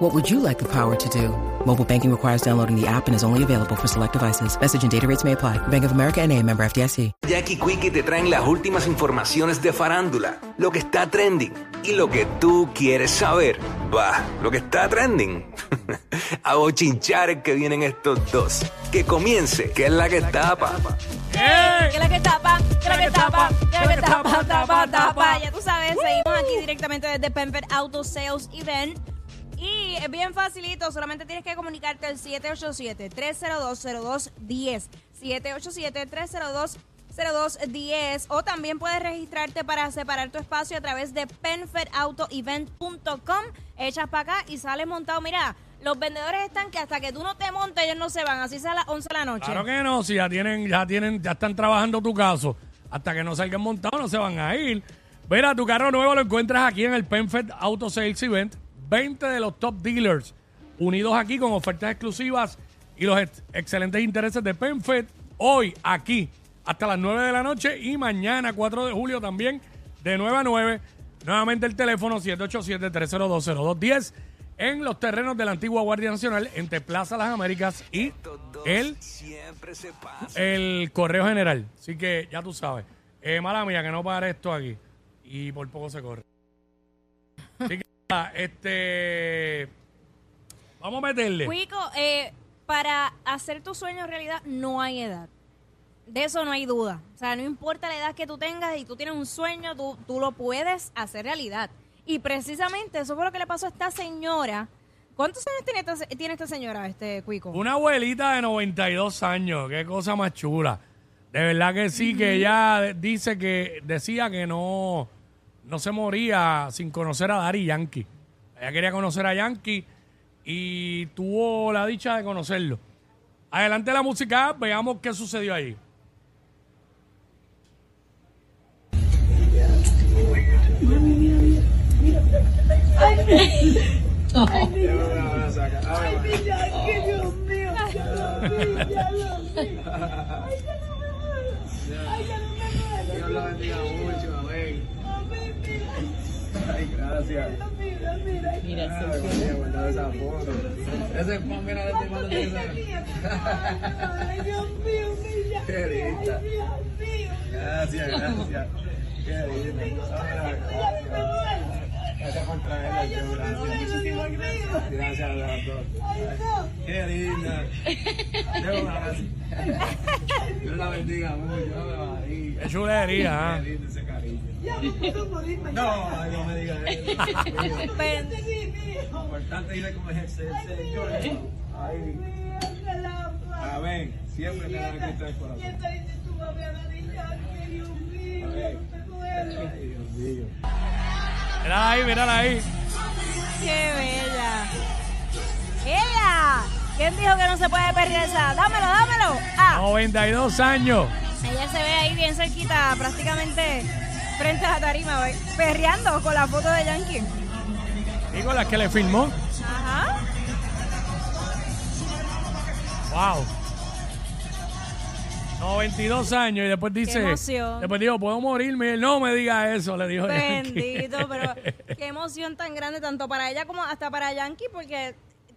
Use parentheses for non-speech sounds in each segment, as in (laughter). What would you like the power to do? Mobile banking requires downloading the app and is only available for select devices. Message and data rates may apply. Bank of America and a member FDIC. Jackie Quickie te traen las últimas informaciones de farándula, lo que está trending y lo que tú quieres saber. Va, lo que está trending. (laughs) A bochinchar que vienen estos dos. Que comience, que es la que tapa. Que la que tapa, que la que tapa, que la que tapa, tapa, tapa. Ya tú sabes, seguimos aquí directamente desde Pemper Auto Sales Event. Y es bien facilito, solamente tienes que comunicarte al 787-302-0210. 787-302-0210. O también puedes registrarte para separar tu espacio a través de penferautoevent.com. Echas para acá y sales montado. Mira, los vendedores están que hasta que tú no te montes, ellos no se van. Así sea a las 11 de la noche. Claro que no, si ya tienen, ya tienen, ya están trabajando tu caso. Hasta que no salgan montados, no se van a ir. Verá, tu carro nuevo lo encuentras aquí en el Penfed Auto Sales Event. 20 de los top dealers unidos aquí con ofertas exclusivas y los ex- excelentes intereses de Penfed. Hoy, aquí, hasta las 9 de la noche y mañana, 4 de julio también, de 9 a 9. Nuevamente el teléfono 787-3020210 en los terrenos de la antigua Guardia Nacional entre Plaza Las Américas y el Siempre se pasa. el correo general. Así que ya tú sabes. Eh, mala mía, que no pare esto aquí. Y por poco se corre. Así que, nada, este. Vamos a meterle. Cuico, eh, para hacer tus sueños realidad no hay edad. De eso no hay duda. O sea, no importa la edad que tú tengas y tú tienes un sueño, tú, tú lo puedes hacer realidad. Y precisamente eso fue lo que le pasó a esta señora. ¿Cuántos años tiene esta, se- tiene esta señora, este Cuico? Una abuelita de 92 años. Qué cosa más chula. De verdad que sí, que ella de- dice que decía que no, no se moría sin conocer a Dari Yankee. Ella quería conocer a Yankee y tuvo la dicha de conocerlo. Adelante la música, veamos qué sucedió ahí. Ay, gracias. Mira, Ay, Dios mío, guardado esa foto. Ese es Juan, mira, le estoy mandando esa. Qué linda. Gracias, gracias. Qué linda. Ay, Gracias por traerla, yo, gracias. Gracias a las dos. Qué linda. Dios la bendiga. Dios la bendiga mucho. Ay, Qué chulería, ¿ah? Qué lindo ese cariño. No, ay, no me digas eso. Pero- importante ir como ejercer, Señor. Ay, amén. Siempre me van a escuchar el corazón. Ay, Dios mío. Mírala ahí, mírala ahí. ¡Qué bella! ¡Ella! ¿Quién dijo que no se puede perder esa? ¡Dámelo, dámelo! ¡Ah! 92 años. Ella se ve ahí bien cerquita, prácticamente frente a la tarima, ve- perreando con la foto de Yankee. Digo, las que le filmó. Ajá. Wow. 92 años y después dice. emoción. Después dijo, puedo morirme. Y él, no me diga eso, le dijo. Yankee. Bendito, (laughs) pero qué emoción tan grande, tanto para ella como hasta para Yankee, porque,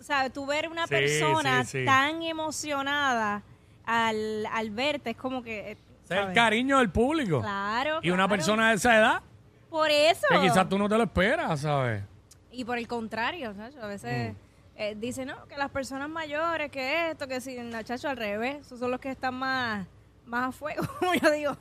¿sabes? Tú ver una Sí, persona sí, sí. tan emocionada al, al verte es como que. eh, Ese es (laughs) el ¿sabes? cariño del público. Claro. Y una claro. persona de esa edad, Por eso. que quizás tú no te lo esperas, ¿sabes? Y por el contrario, chacho, a veces Mm. eh, dicen, no, que las personas mayores, que esto, que si, no, chacho, al revés, esos son los que están más, más a fuego, (laughs) como yo digo.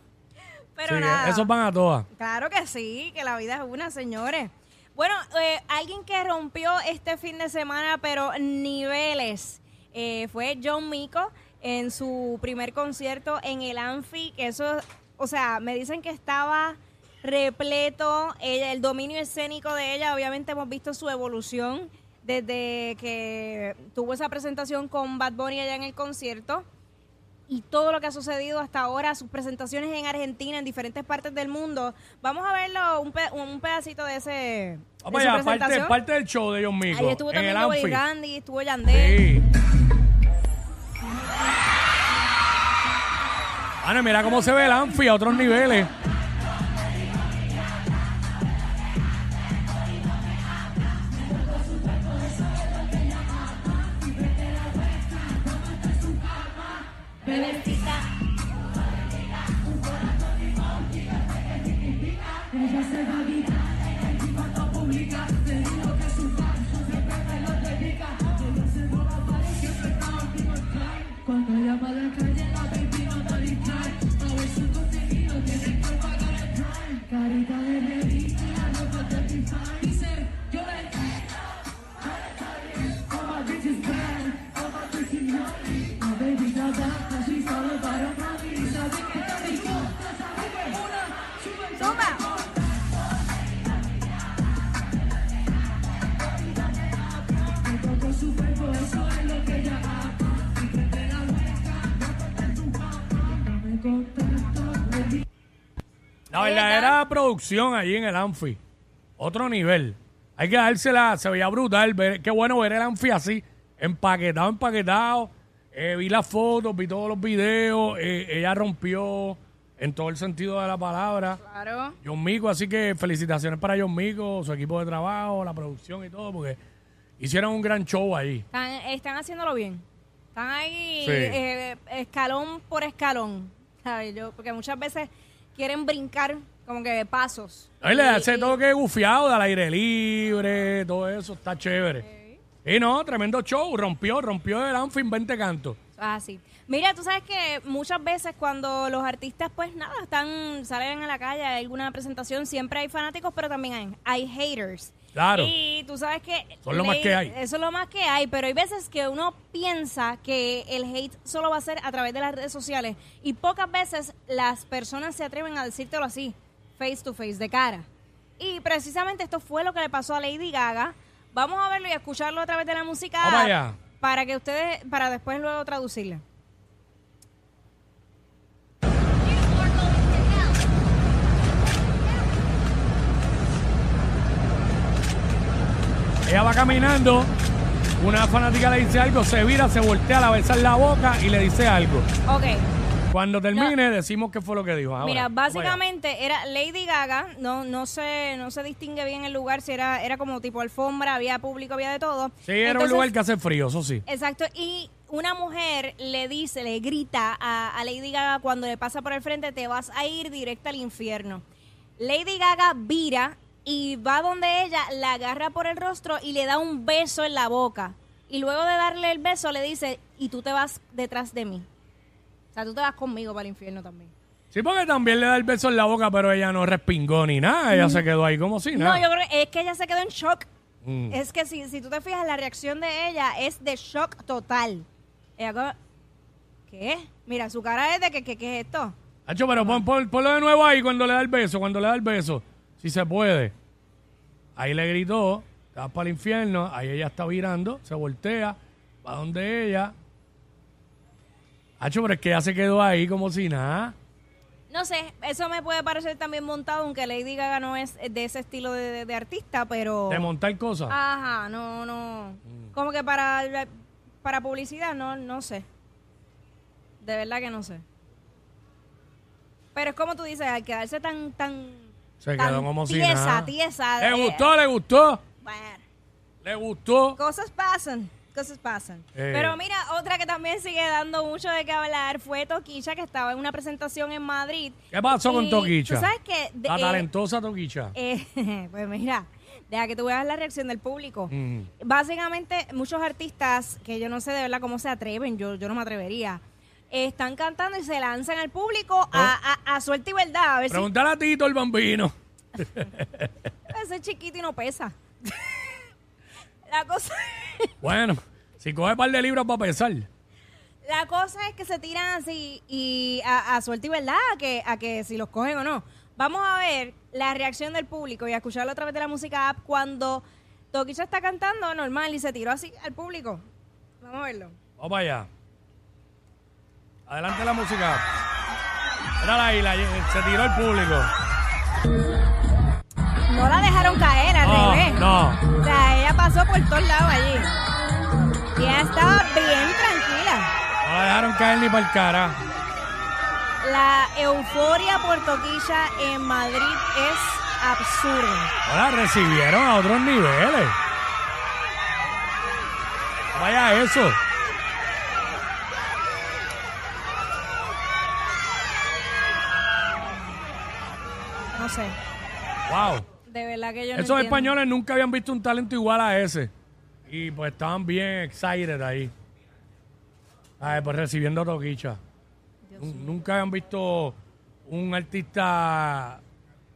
Pero Sí, nada, esos van a todas. claro que sí, que la vida es una, señores. Bueno, eh, alguien que rompió este fin de semana, pero niveles, eh, fue John Mico en su primer concierto en el Anfi, que eso, o sea, me dicen que estaba repleto, ella- el dominio escénico de ella, obviamente hemos visto su evolución desde que tuvo esa presentación con Bad Bunny allá en el concierto y todo lo que ha sucedido hasta ahora, sus presentaciones en Argentina, en diferentes partes del mundo. Vamos a verlo un, pe- un pedacito de ese. de Vamos su allá, parte, presentación. parte del show de ellos mismos. Ahí estuvo en el también Bobby Anfi. Randy, estuvo Yandel. Sí. Ana, mira cómo se ve el Anfi a otros niveles. ¡Zumba! La verdadera producción allí en el Anfi. Otro nivel. Hay que dársela, se veía brutal. ver- qué bueno ver el Anfi así, empaquetado, empaquetado. Eh, vi las fotos, vi todos los videos. eh, ella rompió en todo el sentido de la palabra. Claro. John Mico, así que felicitaciones para John Mico, su equipo de trabajo, la producción y todo, porque hicieron un gran show ahí. Están, están haciéndolo bien. Están ahí Sí. eh, escalón por escalón. ¿sabes? Yo, porque muchas veces quieren brincar como que pasos. Ahí le Y- hace y- todo que gufiado, al aire libre, todo eso, está chévere. Y no, tremendo show, rompió, rompió el Anfin 20 cantos. Ah, sí. Mira, tú sabes que muchas veces cuando los artistas, pues nada, están, salen a la calle, hay alguna presentación, siempre hay fanáticos, pero también hay, hay haters. Claro. Y tú sabes que... Son lo más que hay. Eso es lo más que hay, pero hay veces que uno piensa que el hate solo va a ser a través de las redes sociales y pocas veces las personas se atreven a decírtelo así, face to face, de cara. Y precisamente esto fue lo que le pasó a Lady Gaga. Vamos a verlo y a escucharlo a través de la música Vamos allá. para que ustedes, para después luego traducirla. Ella va caminando, una fanática le dice algo, se vira, se voltea, la besa en la boca y le dice algo. Ok. Cuando termine, decimos qué fue lo que dijo. Ahora, Mira, vamos allá. básicamente era Lady Gaga, no no se no se distingue bien el lugar, si era era como tipo alfombra, había público, había de todo. Sí, era un Entonces, lugar que hace frío, eso sí. Exacto, y una mujer le dice, le grita a, a Lady Gaga cuando le pasa por el frente, te vas a ir directa al infierno. Lady Gaga vira y va donde ella, la agarra por el rostro y le da un beso en la boca. Y luego de darle el beso le dice, y tú te vas detrás de mí. O sea, tú te vas conmigo para el infierno también. Sí, porque también le da el beso en la boca, pero ella no respingó ni nada, ella se quedó ahí como si No, nada. yo creo que es que ella se quedó en shock. Mm. Es que si, si tú te fijas, la reacción de ella es de shock total. Ella como, ¿qué? Mira, su cara es de que, que- ¿qué es esto? Hacho, pero pon, pon- ponlo de nuevo ahí cuando le da el beso, cuando le da el beso, si se puede. Ahí le gritó, te vas para el infierno, ahí ella está virando, se voltea, va donde ella. Hacho, pero es que ella se quedó ahí como si nada. No sé, eso me puede parecer también montado, aunque Lady Gaga no es de ese estilo de, de- de artista, pero... De Mm. montar cosas. Ah, Ajá, no, no. Como que para, para publicidad, no, no sé. De verdad que no sé. Pero es como tú dices, al quedarse tan, tan... se tan quedó como si tiesa, nada. Tiesa, Le eh, gustó, le gustó, Bueno, le gustó. cosas pasan, cosas pasan. Eh. Pero mira, otra que también sigue dando mucho de qué hablar fue Toquicha, que estaba en una presentación en Madrid. ¿Qué pasó con Y Toquicha? ¿Tú sabes qué? De- La eh, talentosa Toquicha. eh, (laughs) pues mira, deja que tú veas la reacción del público. Mm. Básicamente, muchos artistas, que yo no sé de verdad cómo se atreven, yo, yo no me atrevería, están cantando y se lanzan al público Oh. a, a- a suerte y verdad, a ver Pregúntale a Tito el bambino. si ese chiquito y no pesa. (laughs) la cosa... Bueno, si coge un par de libros para pesar. La cosa es que se tiran así y a, a suerte y verdad, a que, a que si los cogen o no. Vamos a ver la reacción del público y a escucharlo a través de la música app cuando Toquicha está cantando normal y se tiró así al público. Vamos a verlo. Vamos para allá. Adelante la música. Era ahí, la, se tiró el público. No la dejaron caer, al No, revés. no. O sea, ella pasó por todos lados allí. Y ella estaba bien tranquila. No la dejaron caer ni para el cara. La euforia por Toquilla en Madrid es absurda. No la recibieron a otros niveles. Vaya eso. No sé, Wow. de verdad que yo no Esos entiendo. españoles nunca habían visto un talento igual a ese. Y pues estaban bien excited ahí. Ay, pues recibiendo toquicha. Nun- Nunca habían visto un artista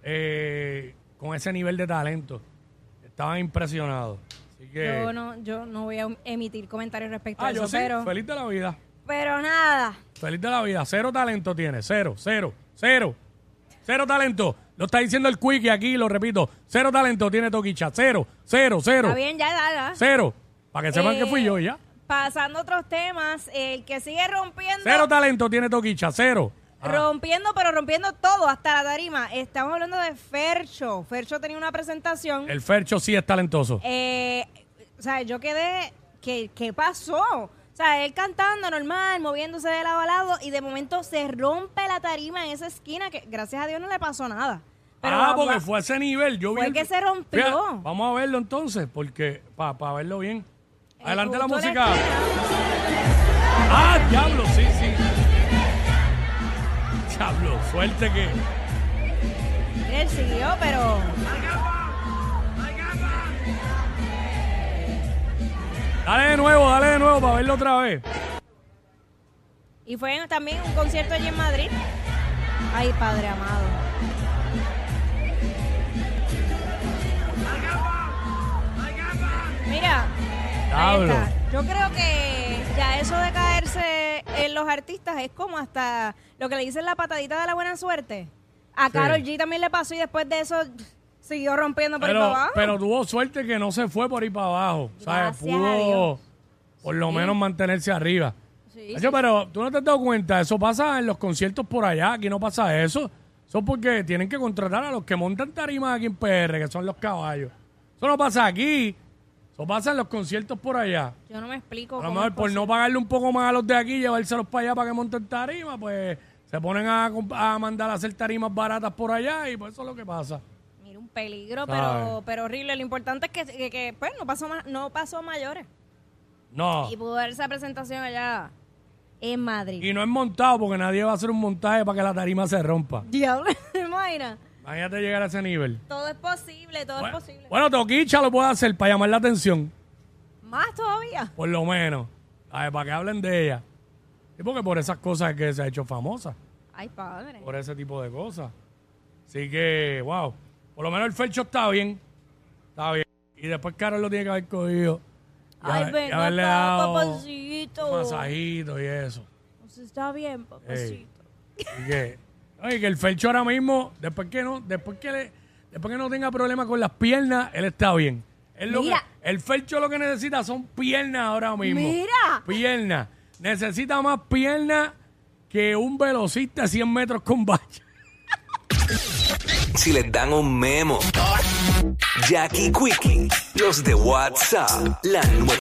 eh, con ese nivel de talento. Estaban impresionados. Así que. Yo no, yo no voy a emitir comentarios respecto Eh, ah, a eso, yo sí. pero, Feliz de la vida. pero nada. Feliz de la vida. Cero talento tiene. Cero, cero, cero. Cero talento. Lo está diciendo el Quickie aquí, lo repito. Cero talento tiene Toquicha. Cero, cero, cero. Está bien, ya, ya, ya. Cero. Para que sepan que fui Eh, yo ya. Pasando a otros temas, el que sigue rompiendo, Cero talento tiene Toquicha. Cero. Ah, rompiendo, pero rompiendo todo, hasta la tarima. Estamos hablando de Fercho. Fercho tenía una presentación. el Fercho sí es talentoso. Eh, o sea, yo quedé, ¿qué, ¿qué pasó? O sea, él cantando normal, moviéndose de lado a lado, y de momento se rompe la tarima en esa esquina, que gracias a Dios no le pasó nada. Pero ah, va- porque va- fue a ese nivel. Yo vi fue el- que se rompió. Fíjate, vamos a verlo entonces, porque para verlo bien. eh, Adelante la justo en música. esquina. Ah, diablo, sí, sí. Diablo, suerte que. Mira, él siguió, pero Dale de nuevo, dale de nuevo para verlo otra vez. Y fue en- también un concierto allí en Madrid. Ay, padre amado. Mira, ahí Diablo. está. Yo creo que ya eso de caerse en los artistas es como hasta lo que le dicen la patadita de la buena suerte. A Sí. Carol G también le pasó y después de eso siguió rompiendo por ahí Pero, para abajo. pero tuvo suerte que no se fue por ahí para abajo. ¿sabes? Gracias a Pudo Dios. por lo menos mantenerse arriba. Sí, Nacho, Pero tú no te has dado cuenta, eso pasa en los conciertos por allá, aquí no pasa eso. Eso es porque tienen que contratar a los que montan tarimas aquí en PR, que son los caballos. Eso no pasa aquí, eso pasa en los conciertos por allá. Yo no me explico. A lo cómo mejor es por no pagarle un poco más a los de aquí, llevárselos para allá para que monten tarima, pues se ponen a, comp- a mandar a hacer tarimas baratas por allá y pues eso es lo que pasa. Mira, un peligro, Sabe. pero, pero horrible. Lo importante es que, que- que, pues, no pasó, ma- no pasó a mayores. No. Y pudo ver esa presentación allá en Madrid. Y no es montado porque nadie va a hacer un montaje para que la tarima se rompa. Diablo, (laughs) ¿te imaginas? Imagínate llegar a ese nivel. Todo es posible, todo es posible. Bueno, Toquicha lo puede hacer para llamar la atención, Más todavía. por lo menos. A ver, para que hablen de ella. Y porque por esas cosas es que se ha hecho famosa, Ay, padre. por ese tipo de cosas. Así que, wow. Por lo menos el Fercho está bien. Está bien. Y después Carol lo tiene que haber cogido. Y Ay, haber- y venga haberle acá, dado papacito. masajito y eso. Pues Está bien, papacito. Y que, oye, que el Fercho ahora mismo, después que no, después que le- después que no tenga problemas con las piernas, él está bien. Él lo que- Mira. el Fercho lo que necesita son piernas ahora mismo. Mira. Piernas. Necesita más piernas que un velocista de 100 metros con bacha. Si les dan un memo. Jackie Quickie, los de WhatsApp, la nueva.